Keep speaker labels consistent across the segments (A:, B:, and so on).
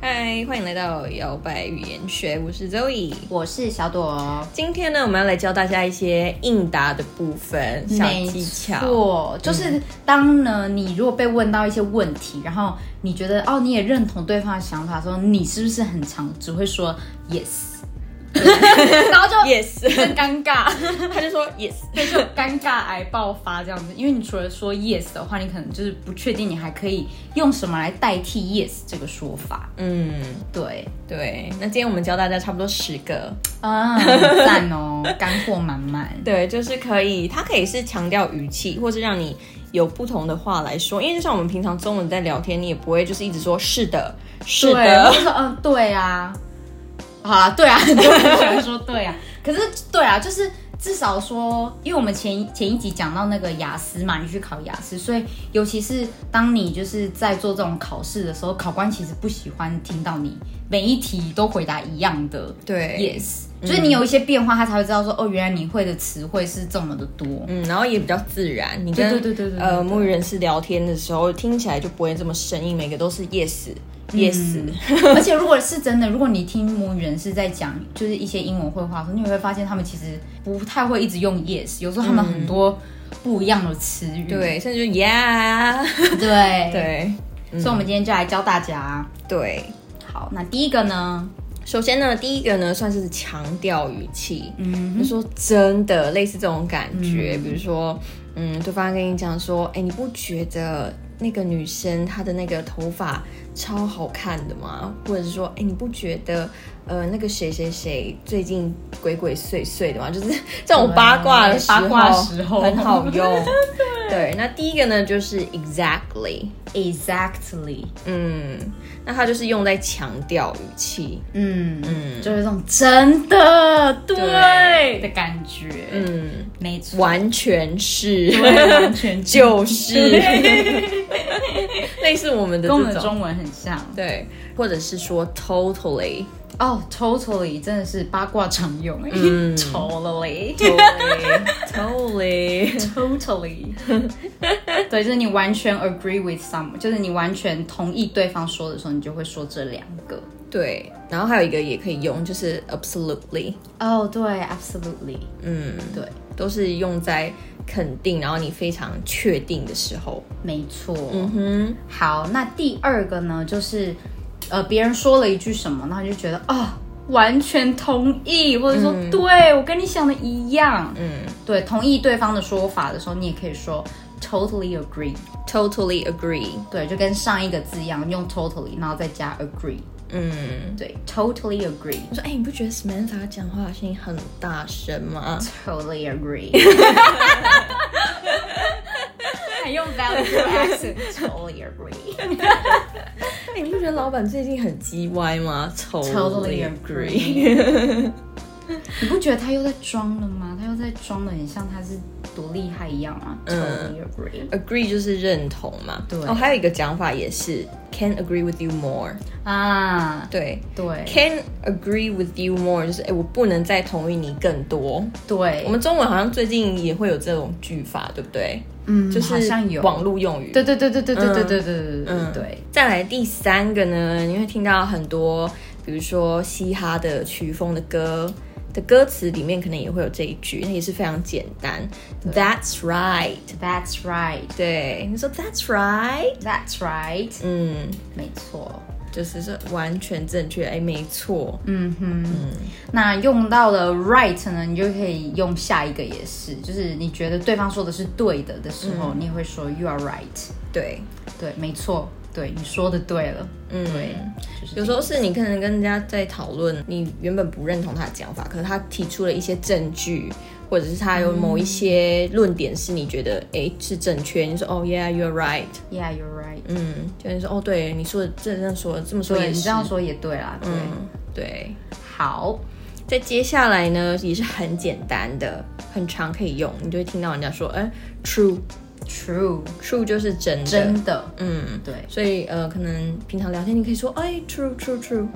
A: 嗨，欢迎来到摇摆语言学，我是 Zoe。
B: 我是小朵，
A: 今天呢，我们要来教大家一些应答的部分小技
B: 没
A: 巧。
B: 错，就是当呢，你如果被问到一些问题，然后你觉得哦，你也认同对方的想法的时候，你是不是很常只会说 yes，然后 就
A: Yes，
B: 更尴尬，
A: 他就说 Yes，
B: 对，就尴尬癌爆发这样子。因为你除了说 yes 的话，你可能就是不确定你还可以用什么来代替 yes 这个说法。
A: 嗯，
B: 对，
A: 对。那今天我们教大家差不多十个，
B: 啊，很赞哦， 干货满满。
A: 对，就是可以，它可以是强调语气，或是让你有不同的话来说。因为就像我们平常中文在聊天，你也不会就是一直说是的，是
B: 对，我
A: 的
B: 就，说嗯，对啊，好啦，对啊， 很多人喜欢说对啊，可是对啊，就是至少说，因为我们前一前一集讲到那个雅思嘛，你去考雅思，所以尤其是当你就是在做这种考试的时候，考官其实不喜欢听到你每一题都回答一样的
A: 对
B: yes，就是你有一些变化，他才会知道说，哦，原来你会的词汇是这么的多。
A: 嗯，然后也比较自然。你跟
B: 对对对对对
A: 呃
B: 对对
A: 母语人士聊天的时候，听起来就不会这么生硬，每个都是 yes yes，、
B: 嗯 而且如果是真的，如果你听母语人士在讲就是一些英文绘画的时候，你也会发现他们其实不太会一直用 yes，有时候他们很多不一样的词语。
A: 对，甚至就 yeah，
B: 对
A: 对
B: 所以我们今天就来教大家。
A: 对。
B: 好，那第一个呢？
A: 首先呢，第一个呢算是强调语气，嗯，就说真的类似这种感觉，比如说，嗯，对方跟你讲说，哎、你不觉得那个女生她的那个头发超好看的吗？或者是说，哎、你不觉得？呃，那个谁谁谁最近鬼鬼祟祟的嘛，就是这种八卦的时候，
B: 哎对八卦时候
A: 很好用。 对，那第一个呢就是 exactly，
B: Exactly，
A: 嗯，那它就是用在强调语气，
B: 嗯嗯，就是这种真的对
A: 对
B: 的感觉，嗯，
A: 嗯。
B: 没 错，
A: 完全是，
B: 对完全
A: 就是
B: 对
A: 类似我们的
B: 跟我们
A: 这
B: 的
A: 种，
B: 中文很像
A: 对，或者是说 totally，
B: 哦、t o t a l l y 真的是八卦常用哎、
A: 嗯
B: t o t a l l y
A: totally，totally，
B: Totally，对，就是你完全 agree with some，就是你完全同意对方说的时候，你就会说这两个。
A: 对，然后还有一个也可以用，就是 absolutely，
B: 哦、对，absolutely，
A: 嗯，
B: 对，
A: 都是用在肯定，然后你非常确定的时候，
B: 没错。
A: 嗯哼，
B: 好，那第二个呢，就是呃，别人说了一句什么，然后你就觉得哦，完全同意，或者说、对我跟你想的一样，
A: 嗯
B: 对，同意对方的说法的时候，你也可以说 totally agree，
A: ，totally agree，
B: 对，就跟上一个字一样，用 totally，然后再加 agree，
A: 嗯，
B: 对，totally agree。
A: 我说，哎、你不觉得 Samantha 讲话声音很大声吗？
B: Totally agree 。还用 value accent？Totally agree。
A: 哎、你不觉得老板最近很叽歪吗
B: Totally agree。你不觉得他又在装了吗？他又在装的很像他是多厉害一样吗？Totally agree。
A: agree 就是认同嘛。
B: 对
A: 哦，还有一个讲法也是 can agree with you more。
B: 啊，
A: 对
B: 对
A: ，can agree with you more 就是哎、诶我不能再同意你更多。
B: 对，
A: 我们中文好像最近也会有这种句法，对不对？
B: 嗯，
A: 就
B: 好
A: 是
B: 像有。
A: 网络用语。
B: 对对对对对对对对对对对
A: 嗯
B: 对。
A: 再来第三个呢，你会听到很多，比如说嘻哈的曲风的歌。的歌词里面可能也会有这一句，那也是非常简单。That's right，
B: That's right.
A: 对，你说 That's right，
B: That's right.
A: 嗯，
B: 没错。
A: 就是是完全正确，哎，没错，
B: 嗯哼，那用到了 right 呢，你就可以用下一个也是，就是你觉得对方说的是对的的时
A: 嗯
B: 候，你也会说 you are right。
A: 对，
B: 对，没错，对，你说的对了。
A: 嗯，
B: 对，就是
A: 有时候是你可能跟人家在讨论，你原本不认同他的讲法，可是他提出了一些证据，或者是他有某一些论点是你觉得哎是正确，你说哦，yeah，you're right，
B: yeah you're right。
A: 嗯，就你说哦，对，你说的这这样说这么说
B: 对，
A: 也
B: 你
A: 是，
B: 这样说也对啦。对，
A: 嗯，对。
B: 好，
A: 再接下来呢，也是很简单的，很常可以用，你就会听到人家说，哎、t r u e
B: true，
A: true 就是真的，
B: 真的，
A: 嗯，
B: 对，
A: 所以呃，可能平常聊天你可以说，哎，true true true，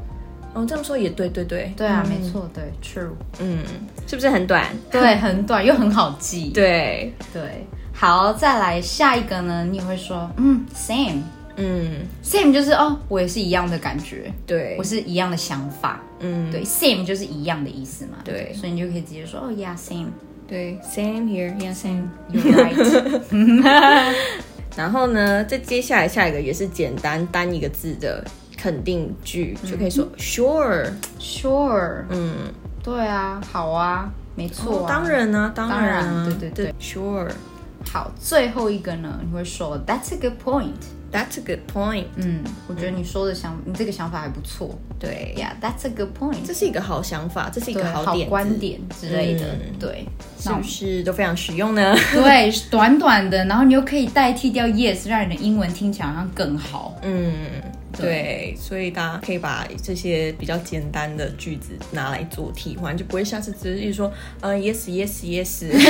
A: 哦，这样说也对对对，
B: 对啊，没错，对，true，
A: 嗯，是不是很短？
B: 对，很短又很好记。
A: 对，
B: 对，好，再来下一个呢，你也会说嗯 same，
A: 嗯，
B: same 就是哦，我也是一样的感觉，
A: 对
B: 我，是一样的想法，
A: 嗯，
B: 对，same 就是一样的意思嘛，
A: 对
B: 所以你就可以直接说哦，yeah，same，you're
A: 对，same here，yeah same。
B: right，
A: 然后呢，再接下来下一个也是简单单一个字的肯定句，就可以
B: 嗯
A: 说 sure，
B: sure，
A: 嗯，
B: 对啊，好啊，没错、啊
A: 哦当然啊，当
B: 当然
A: 啊，
B: 对对对
A: ，sure。
B: 好，最后一个呢，你会说 That's a good point。
A: That's a good point。
B: 嗯，我觉得你说的想，你这个想法还不错。
A: 对，
B: Yeah，that's a good point
A: 这。是一个好想法，这是一
B: 对，
A: 个
B: 好
A: 点子嗯
B: 观，点之类的，对，
A: 是不是都非常实用呢？
B: 对，短短的，然后你又可以代替掉 yes，让你的英文听起来好像更好。
A: 嗯，对，所以大家可以把这些比较简单的句子拿来做替换，就不会下次只是说呃 yes yes yes。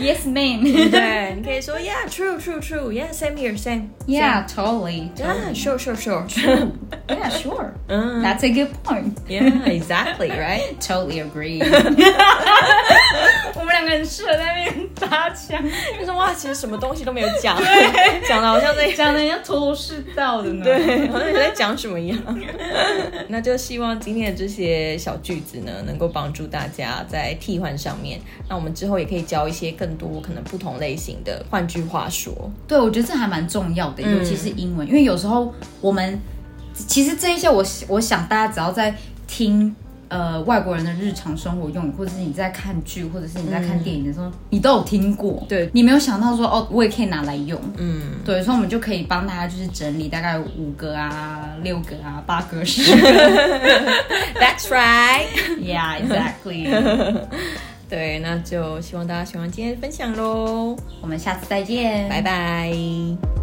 B: Yes, ma'am.
A: 对，你可以说 yeah true true true yeah same here same
B: Yeah, totally.
A: yeah sure sure sure
B: Yeah, sure.
A: 嗯
B: That's a good point.
A: yeah exactly right。
B: Totally agree. 我们两个很适合在那边搭腔，
A: 就是哇，其实什么东西都没有讲，讲的好像在
B: 讲的要头头是道的呢。
A: 对，好像你在讲什么 一样。那就希望今天的这些小句子呢，能够帮助大家在替换上面。那我们之后也可以教一些更多可能不同类型的。换句话说，
B: 对，我觉得这还蛮重要的，
A: 嗯
B: 尤其是英文，因为有时候我们其实这一些我，我想大家只要在听呃外国人的日常生活用语，或者是你在看剧，或者是你在看电影的时候，你都有听过，
A: 嗯对
B: 你没有想到说哦，我也可以拿来用。
A: 嗯，
B: 对，所以我们就可以帮大家就是整理大概五个啊、六个啊、八 个、十个
A: That's right。
B: ，Yeah, exactly。
A: 对，那就希望大家喜欢今天的分享喽，
B: 我们下次再见，
A: 拜拜。